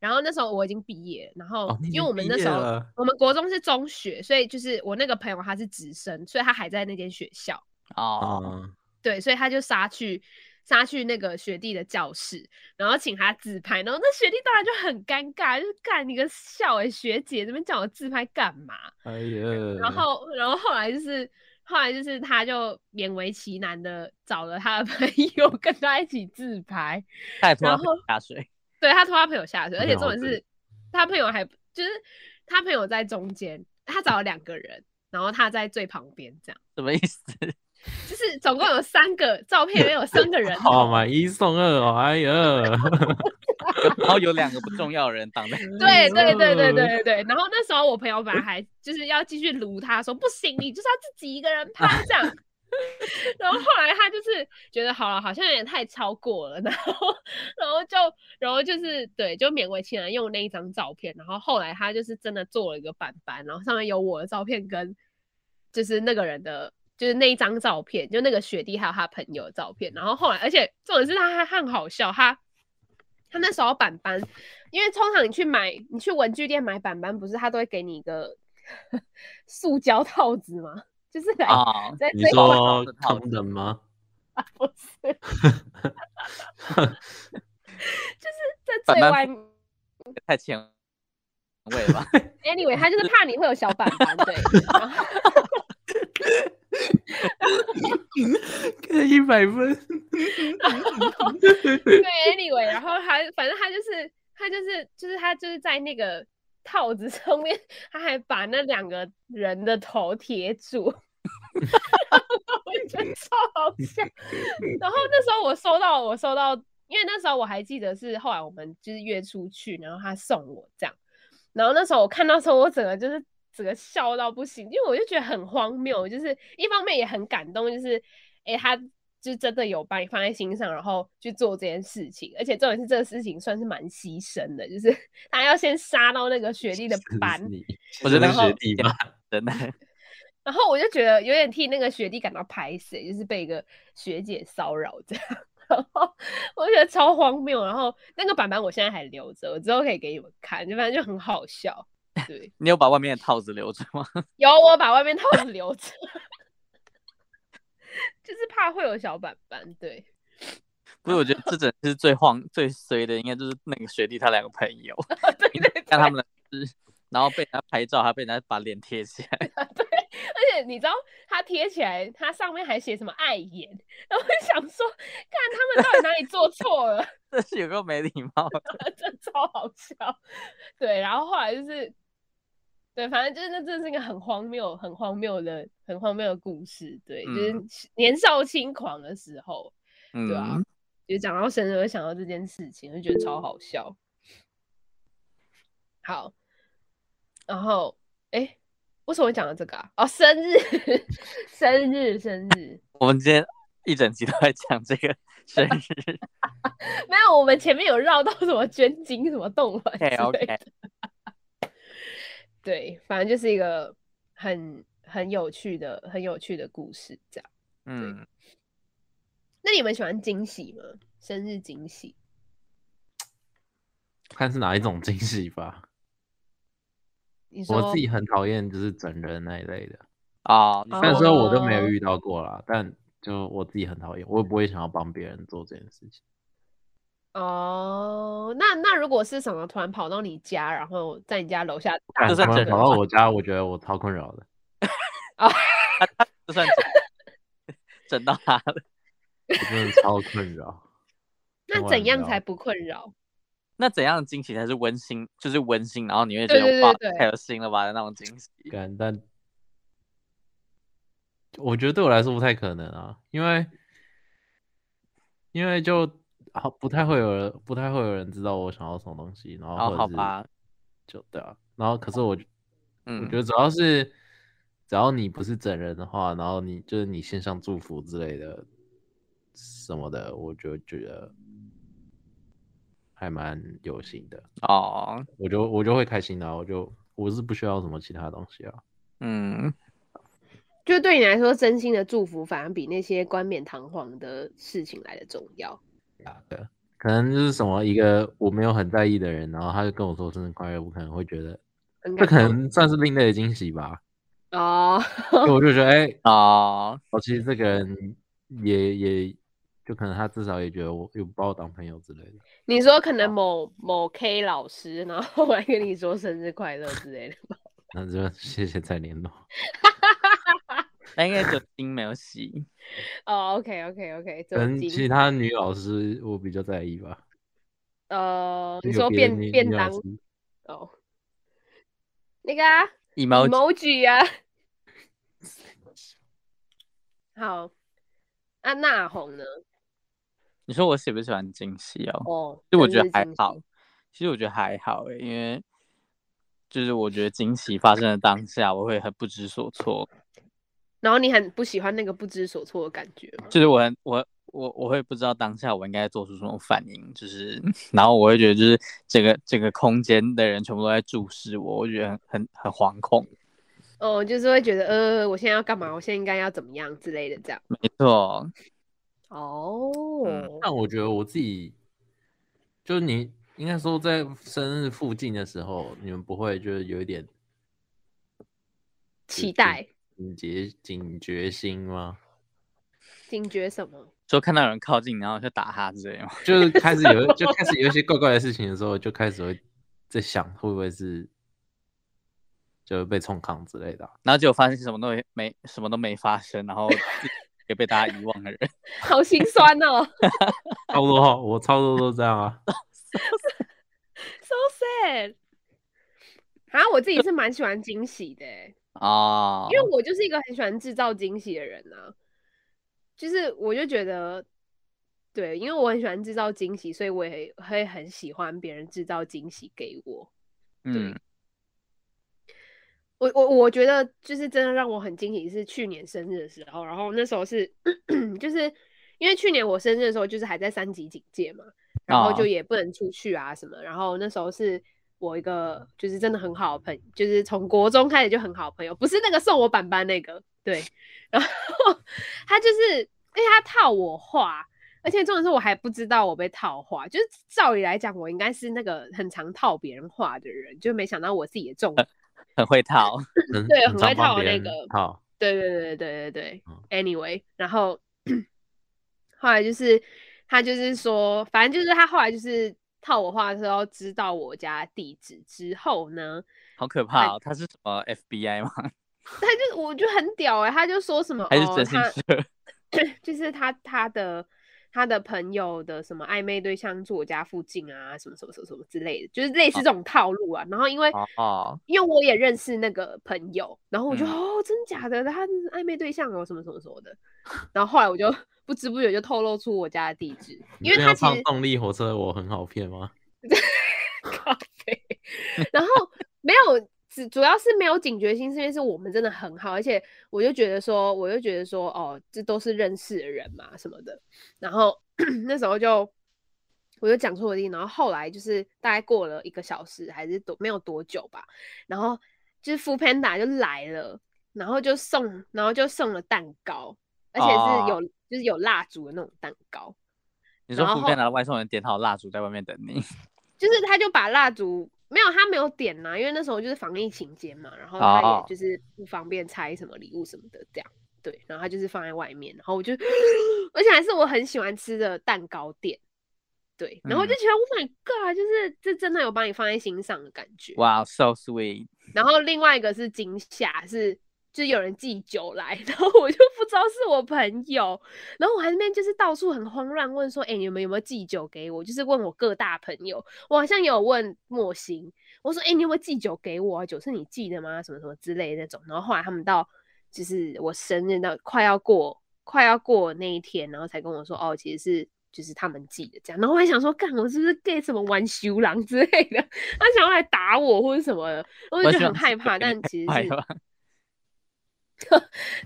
C: 然后那时候我已经毕业了，然后、
A: 哦，你已
C: 因
A: 经
C: 为我们
A: 毕
C: 那
A: 业
C: 时候
A: 了
C: 我们国中是中学，所以就是我那个朋友他是直升，所以他还在那间学校。
B: 哦，
A: 啊，
C: 对，所以他就杀去杀去那个学弟的教室，然后请他自拍，然后那学弟当然就很尴尬，就是干你个笑诶、欸学姐这边叫我自拍干嘛？
A: 哎呀，
C: 然后然后后来就是后来就是他就勉为其难的找了他的朋友 *laughs* 跟他一起自拍，
B: 太拖
C: 然
B: 他
C: 后
B: 下水，
C: 对他拖他朋友下水，
A: 他
C: 而
A: 朋
C: 且
A: 友
C: 重
A: 好
C: 点
A: 可
C: 是他朋友还就是他朋友在中间，他找了两个人，然后他在最旁边这样。
B: 什么意思？ *laughs*
C: 就是总共有三个照片，里面有三个人头。
A: 哦，买一送二哦，哎
C: *laughs*
A: 呀，
B: 然后有两个不重要的人挡
C: *laughs*
B: 在，
C: 对对对对对对对。然后那时候我朋友本来还就是要继续撸他说不行，你就是要自己一个人拍这样。 *laughs* 然后后来他就是觉得好了，好像有点太超过了，然后然后就然后就是对，就勉为其难用那一张照片。然后后来他就是真的做了一个板板，然后上面有我的照片跟就是那个人的。就是那一张照片，就那个学弟还有他朋友的照片，然后后来，而且重点是他他很好笑，他他那时候板板因为通常你去买，你去文具店买板板，不是他都会给你一个 *laughs* 塑胶套子吗？就是来、
B: 啊，
C: 在
A: 哦你
C: 最后
A: 说
B: 这套
A: 康能吗？ *laughs*
C: *laughs* 不是，就是在
B: 板
C: 最
B: 板
C: 外面。
B: 太前卫了
C: *laughs*
B: 吧？
C: Anyway，他就是怕你会有小板板，对。然后
A: 看一百分，
C: 对，Anyway，然后他反正他就是他就是就是他就是在那个套子上面，他还把那两个人的头贴住。 *laughs* 我就觉得超好笑。然后那时候我收到，我收到，因为那时候我还记得是后来我们就是约出去，然后他送我这样。然后那时候我看到时候，我整个就是整个笑到不行，因为我就觉得很荒谬，就是一方面也很感动，就是诶，他就是真的有把你放在心上，然后去做这件事情。而且重点是这个事情算是蛮牺牲的，就是 *laughs* 他要先杀到那个学弟的班，
B: 我觉得
A: 那
C: 然后
A: 学弟吧，
B: *laughs* 真的，
C: 然后我就觉得有点替那个学弟感到拍死，欸就是被一个学姐骚扰这样。 *laughs* 然后我就觉得超荒谬，然后那个板板我现在还留着，我之后可以给你们看，就反正就很好笑。对，
B: 你有把外面的套子留着吗？ *laughs*
C: 有我把外面套子留着， *laughs* 就是怕会有小板板。对，
B: 不是，我觉得这真的是最慌、最衰的，应该就是那个学弟他两个朋友，
C: 对对对，
B: 看他们的事，然后被人家拍照，还被人家把脸贴起来，
C: 而且你知道它贴起来，它上面还写什么碍眼， *laughs* 然后我就想说，看他们到底哪里做错了，
B: 这 *laughs* 是有够没礼貌的。
C: *laughs* 这超好笑。对，然后后来就是，对，反正就是那真的是一个很荒谬、很荒谬的、很荒谬的故事。对，就是年少轻狂的时候，
B: 嗯，
C: 对啊，就讲到生日会想到这件事情，就觉得超好笑。好，然后哎、诶为什么会讲到这个啊？哦，生日， *laughs* 生日，生日。
B: 我们今天一整集都在讲这个生日。 *laughs*
C: *laughs* 没有，我们前面有绕到什么捐精、什么动卵之
B: OK
C: 类
B: OK，
C: 的。对，反正就是一个很很有趣的、很有趣的故事。这样，
B: 嗯，
C: 那你们喜欢惊喜吗？生日惊喜？
A: 看是哪一种惊喜吧。
C: 你说
A: 我自己很讨厌就是整人那一类的，
B: 哦，你
C: 哦
A: 但
B: 说
A: 虽然我都没有遇到过啦，但就我自己很讨厌，我也不会想要帮别人做这件事情。
C: 哦，那那如果是什么突然跑到你家，然后在你家楼下大
A: 但
B: 这算
A: 他们
B: 整
A: 跑
B: 人
A: 到
B: 吗
A: 我家，我觉得我超困扰的。
B: 这算整整 *laughs* 到他了。
A: 我真的超困扰。
C: 那
A: 万
C: 怎样
A: 秒
C: 才不困扰？
B: 那怎样的惊喜才是温馨？就是温馨，然后你会觉
C: 对
B: 得
C: 对对
B: 哇，
C: 对
B: 太有心了吧的那种惊喜。
A: 干，但我觉得对我来说不太可能啊，因为因为就好不太会有人不太会有人知道我想要什么东西，然后
B: 哦
A: 或
B: 好
A: 者是
B: 吧
A: 就对啊，然后可是我、我
B: 嗯
A: 觉，得主要是只要你不是整人的话，然后你就是你线上祝福之类的什么的，我就觉得还蛮有心的，
B: 哦，
A: 我就我就会开心的啊、我就我是不需要什么其他东西啊。
B: 嗯，
C: 就对你来说，真心的祝福反而比那些冠冕堂皇的事情来的重要。
A: 可能就是什么一个我没有很在意的人，然后他就跟我说生日快乐，我可能会觉得
C: 很
A: 这
C: 感
A: 可
C: 动
A: 能算是另类的惊喜吧。
C: 哦，
A: 所以我就觉得，哎、
B: 哦，
A: 我其实这个人也也就可能他至少也觉得我有把我当朋友之类的。
C: 你说可能某某 K 老师，然后来跟你说生日快乐之类的 *laughs* 吗？
A: 那就 *laughs* 谢谢再联络。
B: 那应该只有心没有喜。
C: 哦，OK OK OK，
A: 可能
C: 走
A: 其
C: 进
A: 他女老师我比较在意吧。
C: 呃，你
A: 有
C: 说
A: 别的
C: 便
A: 女
C: 便
A: 女老
C: 当
A: 师
C: 哦，那个啊
B: emoji
C: emoji
B: *laughs*
C: 啊，好，啊，那红呢？
B: 你说我喜不喜欢惊喜哦？
C: 哦，
B: 其实我
C: 生
B: 觉得
C: 日
B: 还
C: 惊喜
B: 好，其实我觉得还好诶、因为就是我觉得惊喜发生的当下，我会很不知所措，
C: 然后你很不喜欢那个不知所措的感觉吗？
B: 就是我很我我我会不知道当下我应该做出什么反应，就是 *laughs* 然后我会觉得就是整个整个空间的人全部都在注视我，我觉得很很很惶恐。
C: 哦，就是会觉得呃，我现在要干嘛？我现在应该要怎么样之类的这样。
B: 没错，
C: 哦，
B: 嗯
A: 但我觉得我自己，就是你应该说在生日附近的时候，你们不会就是有一点
C: 期待
A: 警觉警觉心吗？
C: 警觉什么？
B: 就看到有人靠近，然后就打他之类的嘛。
A: 就是开始有就开始有一些怪怪的事情的时候，就开始会在想会不会是就被冲康之类的啊、
B: 然后结果发现什么都没没什么都没发生，然后自己也被大家遗忘的人。 *laughs*
C: *laughs* 好心酸哦
A: 差不多，我差不多都这样啊。
C: *laughs* ，so sad。啊，我自己是蛮喜欢惊喜的欸、
B: 哦，
C: 因为我就是一个很喜欢制造惊喜的人啊。就是我就觉得，对，因为我很喜欢制造惊喜，所以我也会很喜欢别人制造惊喜给我。
B: 嗯，
C: 我我我觉 *clears throat* 得就是真的让我很惊喜是去年生日的时候，然后那时候是就是因为去年我生日的时候就是还在三级警戒嘛，然后
B: 啊
C: 就也不能出去啊什么。然后那时候是我一个就是真的很好的朋就是从国中开始就很好的朋友，不是那个送我板板那个，对。然后他就是，因为他套我话，而且重点是我还不知道我被套话，就是照理来讲我应该是那个很常套别人话的人，就没想到我自己也中
B: 很会套，
A: 很
C: 对
A: 很
C: 很
A: 常
C: 会
A: 帮
C: 套
A: 别
C: 那
A: 人
C: 个
A: 套，
C: 对对对对对对
A: 嗯
C: ，anyway，然后后来就是他就是说，反正就是他后来就是套我话的时候，知道我家地址之后呢，
B: 好可怕哦！他是什么 FBI
C: *laughs*
B: 吗？
C: 他就我就很屌哎、他就说什么
B: 还是
C: 哦，
B: 征信
C: 他
B: 社？ *laughs*
C: *clears throat* 就是他他的他的朋友的什么暧昧对象住我家附近啊，什么什么什么什么之类的，就是类似这种套路啊。然后因为、
B: 哦
C: 因为我也认识那个朋友，然后我就、
B: 嗯
C: 哦，真假的，他是暧昧对象哦，什么什么什么的。然后后来我就 *laughs* 不知不觉就透露出我家的地址，
A: 你
C: 因为
A: 真
C: 他
A: 要
C: 其
A: 唱
C: 实
A: 动力火车，我很好骗吗？
C: 咖啡，然后没有。只主要是没有警觉心，是因为是我们真的很好，而且我就觉得说，我就觉得说，哦，这都是认识的人嘛什么的。然后 *clears throat* 那时候就我就讲出我弟，然后后来就是大概过了一个小时还是多没有多久吧，然后就是 f o o Panda 就来了，然后就送，然后就送了蛋糕，而且是有、就是有蜡烛的那种蛋糕，
B: 你说
C: 然
B: 福
C: 后
B: 建拿外送人点好蜡烛在外面等你
C: 就是他就把蜡烛没有，他没有点呐、因为那时候就是防疫期间嘛，然后他
B: 哦
C: 也就是不方便拆什么礼物什么的这样。对，然后他就是放在外面，然后我就， *sniffs* 而且还是我很喜欢吃的蛋糕店，对，然
B: 嗯
C: 后我就觉得、Oh my God，就是这真的有把你放在心上的感觉。
B: 哇、s o sweet！
C: 然后另外一个是惊吓，是就是有人寄酒来， *laughs* 然后我就不知道是我朋友，然后我还在那边就是到处很慌乱问说，哎、你们有没有寄酒给我？就是问我各大朋友，我好像有问莫欣，我说，哎、你有没有寄酒给我啊？酒是你寄的吗？什么什么之类的那种。然后后来他们到就是我生日到快要过快要过那一天，然后才跟我说，哦，其实是。就是他们寄的这样，然后我还想说，干我是不是 gay 什么玩修郎之类的，他想要来打我或者什么的，我就觉得很害怕，但其实
B: 啊
C: 是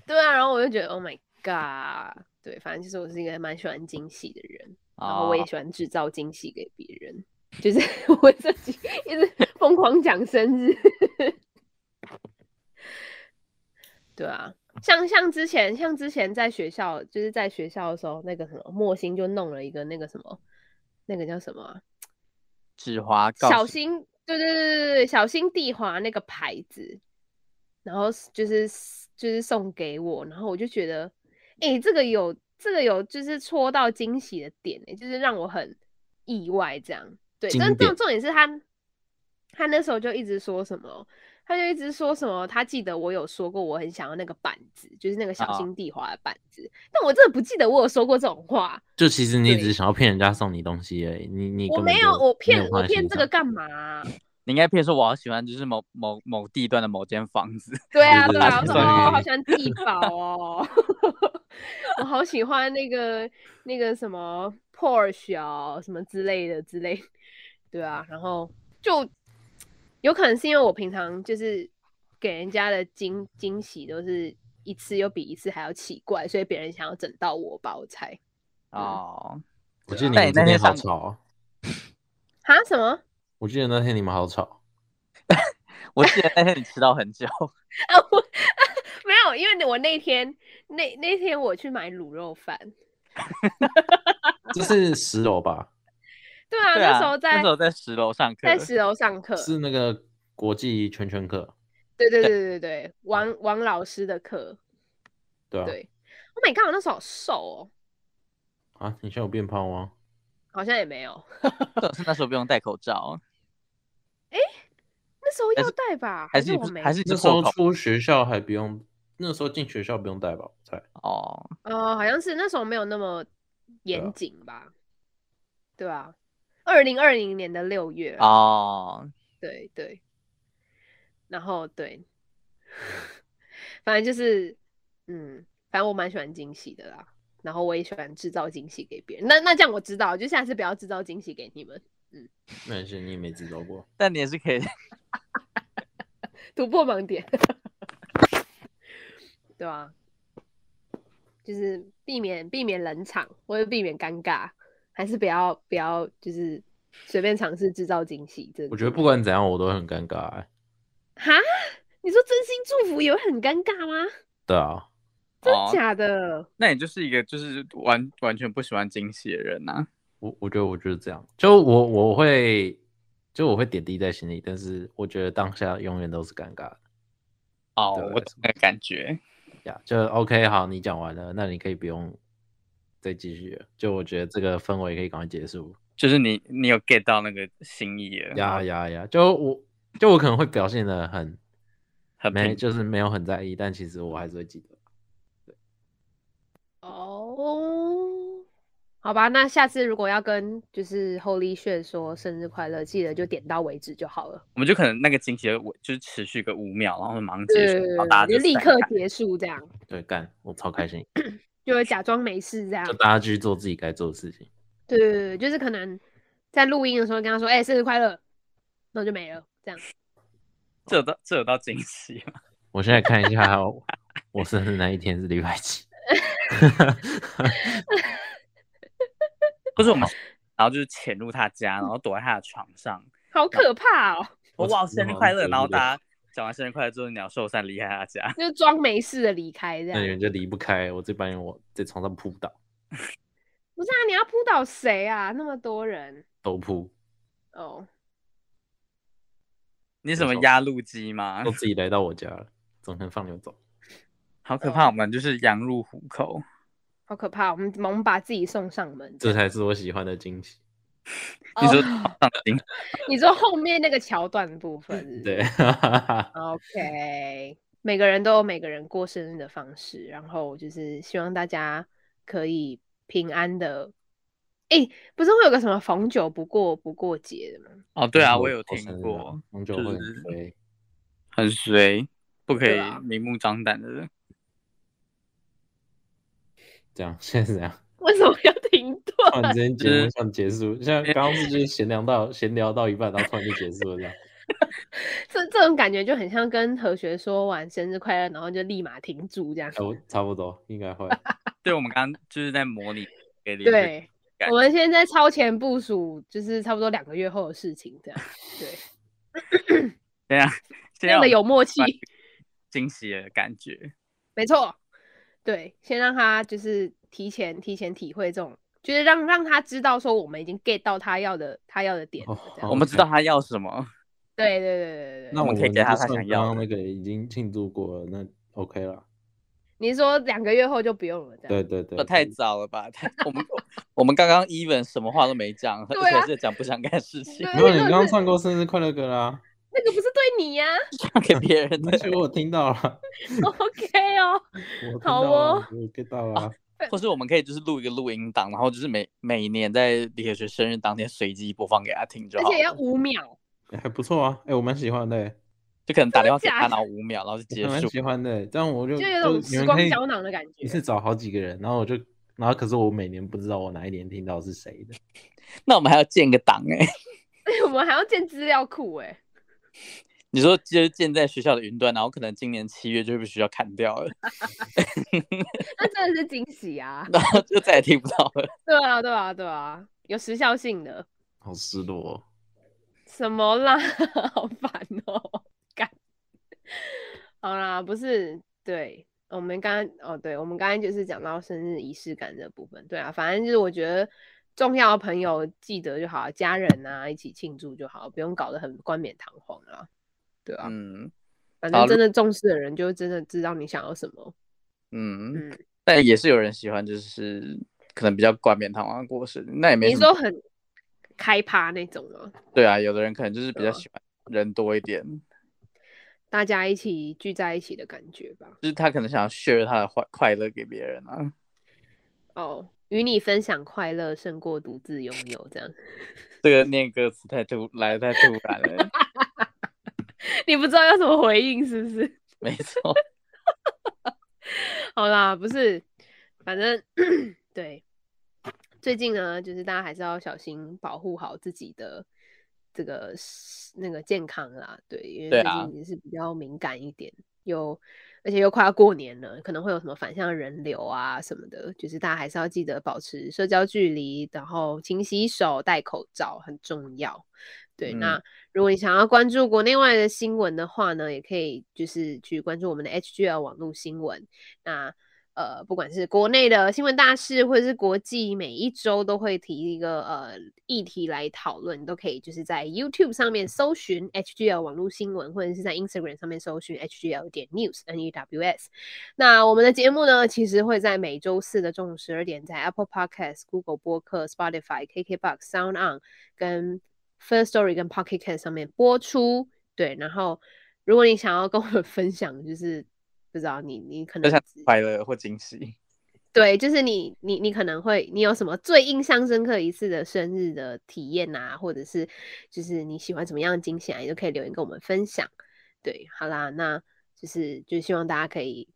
C: 对啊，然后我就觉得 Oh my God，对，反正就是我是一个蛮喜欢惊喜的人，然后我也
B: 哦
C: 喜欢制造惊喜给别人，就是 *laughs* 我自己一直疯狂讲生日。对啊，像像之前像之前在学校，就是在学校的时候，那个什么莫欣就弄了一个那个什么，那个叫什么啊、
B: 纸滑告
C: 小
B: 诉
C: 心，对对对对对，小心地滑那个牌子，然后是就是就是送给我，然后我就觉得，诶，这个有这个有就是戳到惊喜的点、欸，就是让我很意外这样。对，
A: 经
C: 但重
A: 典
C: 重点是他他那时候就一直说什么。他就一直说什么，他记得我有说过我很想要那个板子，就是那个小
B: 啊
C: 心地滑的板子，但我真的不记得我有说过这种话。
A: 就其实你
C: 对
A: 只是想要骗人家送你东西而已，你你
C: 我
A: 根
C: 没
A: 本
C: 有，
A: 就
C: 我骗
A: 没有
C: 我
A: 放在
C: 骗
A: 心
C: 这个
A: 上
C: 干嘛啊、
B: 你应该骗说我好喜欢，就是某某某地段的某间房
C: *laughs*
B: 子。
C: 对啊，
A: 对
C: 对啊，
A: 对
C: 我说
A: 对
C: 哦，我好
A: 对
C: 喜欢地堡哦，我好喜欢那个那个什么 Porsche 哦，什么之类的之类，对啊，然后就有可能是因为我平常就是给人家的惊惊喜都是一次又比一次还要奇怪，所以别人想要整到我吧，我猜嗯
B: 哦，
A: 我记得你
B: 但
A: 们
B: 你
A: 这
B: 那
A: 边
B: 天
A: 好
B: 上
A: 吵哦，
C: 哈什么？
A: 我记得那天你们好
C: *laughs*
A: 吵，
B: 我记得那天你迟到很久，
C: 啊我没有，因为我那天那那天我去买卤肉饭，
A: 这是十楼
C: *laughs*
A: 吧？
C: 对 *laughs* 啊，
B: 对
C: 那
B: 啊，
C: 时候在
B: 那时候在十楼上课，
C: 在十楼上课，
A: 是那个国际圈圈课，
C: 对对对对对，王王老师的课，
A: 对啊。
C: 对。Oh my god，我那时候好瘦哦，
A: 啊，你现在有变胖吗？
C: 好像也没有，
B: 可 *laughs* 是那时候不用戴口罩，哦
C: 那时候
B: 还
C: 要
B: 是
C: 戴吧？
B: 还
C: 是
B: 是你
C: 我
B: 不是
C: 没？
B: 还是你
A: 那
B: 是
A: 时候
B: 破口
A: 出学校还不用，那时候进学校不用带吧？我猜。
B: 哦，
C: 呃，好像是那时候没有那么
A: 对
C: 严
A: 啊
C: 谨吧？对啊，二零二零年的六月啊，
B: 哦，
C: 对对，然后对， *laughs* 反正就是嗯，反正我蛮喜欢惊喜的啦。然后我也喜欢制造惊喜给别人，那那这样我知道，就下次不要制造惊喜给你们，
A: 那也是你也没知道过。
B: 但你也是可以，
C: *laughs* 突破盲点，对啊，就是避免避免冷场，或者避免尴尬，还是不要不要就是随便尝试制造惊喜。这
A: 我觉得不管怎样，我都会很尴尬、欸。
C: 哈，你说真心祝福也会很尴尬吗？
A: 对啊，
C: 真
B: 哦
C: 的假的？
B: 那你就是一个就是完完全不喜欢惊喜的人呐、
A: 我我觉得我就是这样，就我我会就我会点滴在心里，但是我觉得当下永远都是尴尬的
B: 哦
A: 对，
B: 我懂那个感觉。
A: 呀。就 OK，好，你讲完了，那你可以不用再继续了。就我觉得这个氛围可以赶快结束。
B: 就是你，你有 get 到那个心意了，
A: 呀呀呀！就我就我可能会表现的很
B: 很
A: 没，
B: 平
A: 就是没有很在意，但其实我还是会记得。
C: 哦，好吧，那下次如果要跟就是 Holy Shit 说生日快乐，记得就点到为止就好了。
B: 我们就可能那个惊喜的尾就是持续个五秒，然后马上结
C: 对
B: 束，然后大家
C: 就立
B: 散
C: 刻
B: 开
C: 结束，这样
A: 对，干，我超开心，
C: 就会假装没事这样
A: 就。大家继续做自己该做的事情。
C: 对对对，就是可能在录音的时候跟他说：“哎、生日快乐。”然后就没了，这样。
B: 这有到这有到惊喜吗？
A: 我现在看一
B: *laughs*
A: 下我，我生日那一天是礼拜几？
B: 不
C: *laughs*
B: 是我们，然后就是潜入他家，然后躲在他的床上，
C: 好可怕哦！
A: 我
B: 我哇生日快乐，然后大
A: 家
B: 家讲完生日快乐之后，鸟兽散离开他家，
C: 就是装没事的离开这
A: 那你们
C: 样。
A: 就离不开，我这帮人我在床上扑倒，
C: 不是啊，你要扑倒谁啊？那么多人
A: 都
B: *laughs*
A: 扑，
C: 哦，
B: 你什么
A: 没错
B: 压路机吗
C: 哦
A: 都？自己来到我家了，总能放牛走。
B: 好
C: 啊
B: 可怕，我们就是羊入虎口。
C: 好可怕！我们我们把自己送上门。
A: 这才是我喜欢的惊
B: *laughs*
A: 喜。
B: 你说
C: 哦
B: 上惊
C: 你说后面那个桥段的部分是不是
B: *laughs*
A: 对，
B: 啊
C: OK，每个人都有每个人过生日的方式，然后就是希望大家可以平安的。诶，不是会有个什么逢九不过不过节的吗？
B: 哦，对啊，
A: 我
B: 我有听过，，
A: 啊红酒会
B: 就是
A: 很亏。
B: 很衰，不可
C: 对
B: 以
C: 啊
B: 明目张胆的。
A: 这样现在是这样，
C: 为什么要停
A: 突
C: 顿？
A: 然之间
B: *laughs* 就
A: 节目
B: 是
A: 像结束，像刚刚是就是闲聊到闲聊到一半，然后突然就结束了这样。
C: *laughs* 这这种感觉就很像跟何学说完生日快乐，然后就立马停住这样。
A: 差不哎差不多应该会，
B: *laughs* 对，我们刚刚就是在模
C: *laughs*
B: 拟给你
C: 对，
B: 感
C: 我们现在超前部署，就是差不多两个月后的事情这样。对，
B: 对
C: *laughs*
B: 啊，这
C: 变
B: 样
C: 得有默契。
B: 惊喜的感觉。
C: 没错，对，先让他就是提前提前体会这种，就是让让他知道说我们已经 get 到他要的他要的点了
A: 哦
C: 这
A: 好
C: 样。
B: 我们知道他要什么，
C: 对对对对对
A: 那
C: 对，
B: 我们可以
A: 就
B: 给他他
A: 算
B: 想要
A: 刚刚
B: 的
A: 那个已经庆祝过了，那 OK 了。
C: 你是说两个月后就不用了这样？
A: 对对对，
B: 这太
A: 对
B: 早了吧？太我们 *laughs* 我们刚刚 even 什么话都没讲，
C: 对
B: 而且
C: 啊
B: 还是讲不想干的事情，
C: 对
A: 没有，你
C: 哎那
A: 刚刚
C: 是
A: 唱过生日快乐歌啦，
C: 那个不是对你呀、
B: 讲给别人
A: 那些
B: 的，
A: 我有听到了，
C: OK 哦，
A: 我有听
C: 好
A: 到了
C: 哦
A: 我有 get 到了。
B: 或是我们可以就是录一个录音档，然后就是每每年在李可学生日当天随机播放给他听就
C: 而
B: 好
C: 且要
B: 了，
C: 五秒，
A: 欸还不错啊，哎、我蛮喜欢的、欸，
B: 就可能打电话给
C: 真的
B: 他，
C: 假的
B: 然后五秒，然后就结
A: 我蛮
B: 束。
A: 喜欢的、欸，这样我就
C: 就有种
A: 你
C: 时
A: 们
C: 光
A: 可以
C: 胶囊的感
A: 一
C: 觉。
A: 次找好几个人，然后我就，然后可是我每年不知道我哪一年听到是谁的，
B: 那我们还要建个档哎、
C: *laughs* 我们还要建资料库哎、
B: 你说就是建在学校的云端，然后可能今年七月就被学校砍掉了， *laughs*
C: 那真的是惊喜啊！ *laughs*
B: 然后就再也听不到了。
C: 对啊，对啊，对啊，有时效性的。
A: 好失落、哦。
C: 什么啦？ *laughs* 好烦哦！干，好啦，不是，对，我们刚刚哦，对，我们刚刚就是讲到生日仪式感这部分，对啊，反正就是我觉得重要的朋友记得就好，家人啊一起庆祝就好，不用搞得很冠冕堂皇啊，对啊，
B: 嗯
C: 反
B: 好
C: 正真的重视的人就真的知道你想要什么，
B: 嗯，
C: 嗯，
B: 但也是有人喜欢，就是可能比较冠冕堂皇的过生日，那也没
C: 你
B: 什么
C: 说很开趴那种吗？
B: 对啊，有的人可能就是比
C: 对
B: 较
C: 啊
B: 喜欢人多一点，
C: 大家一起聚在一起的感觉吧，
B: 就是他可能想要 share 他的快快乐给别人啊。
C: 哦，与你分享快乐胜过独自拥有这样。 *laughs*
B: 这个念歌词太突来的太突然了，
C: 你不知道要怎么回应是不是？ *laughs*
B: 没错。
C: 好啦，不是，反正 *coughs* 对，最近呢，就是大家还是要小心保护好自己的这个是那个健康啦，对，因为
B: 对
C: 最
B: 啊
C: 近也是比较敏感一点，有而且又快要过年了，可能会有什么反向人流啊什么的，就是大家还是要记得保持社交距离，然后勤洗手、戴口罩很重要。对，
A: 嗯
C: 那如果你想要关注国内外的新闻的话呢，也可以就是去关注我们的 HGL 网络新闻。那呃，不管是国内的新闻大事，或者是国际，每一周都会提一个呃议题来讨论，你都可以就是在 YouTube 上面搜寻 HGL 网络新闻，或者是在 Instagram 上面搜寻 HGL 点 News N E W S。那我们的节目呢，其实会在每周四的中午十二点，在 Apple Podcast、Google 播客、Spotify、KKBox、Sound On 跟 First Story 跟 Pocket Cast 上面播出。对，然后如果你想要跟我们分享，就是不知道你你可能
B: 分享
C: 只
B: 快乐或惊喜。
C: 对，就是你，你，你可能会，你有什么最印象深刻一次的生日的体验啊，或者是就是你喜欢什么样的惊喜啊，你都可以留言跟我们分享。对，好啦，那就是就希望大家可以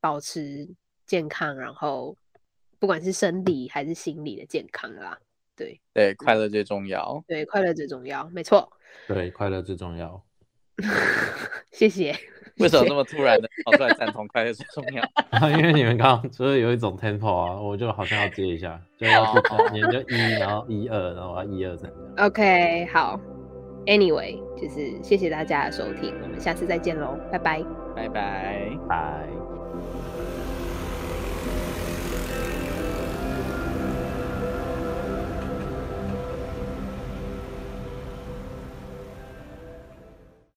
C: 保持健康，然后不管是生理还是心理的健康啦。对
B: 对，快乐最重要。
C: 对，快乐最重要，没错。 *laughs*
A: 对，快乐最重要。 *laughs*
C: 谢谢。
B: 为什么
C: 谢
B: 这么突
C: *laughs*
B: 然的跑出来赞同快乐最重要？
A: 因为你们刚刚就是有一种 tempo 啊，我就好像要接一下，就要去你们就一，然后一二，然后我要一二三。
C: OK，好。Anyway，就是谢谢大家的收听，我们下次再见喽，拜拜。
B: 拜拜。
A: 拜。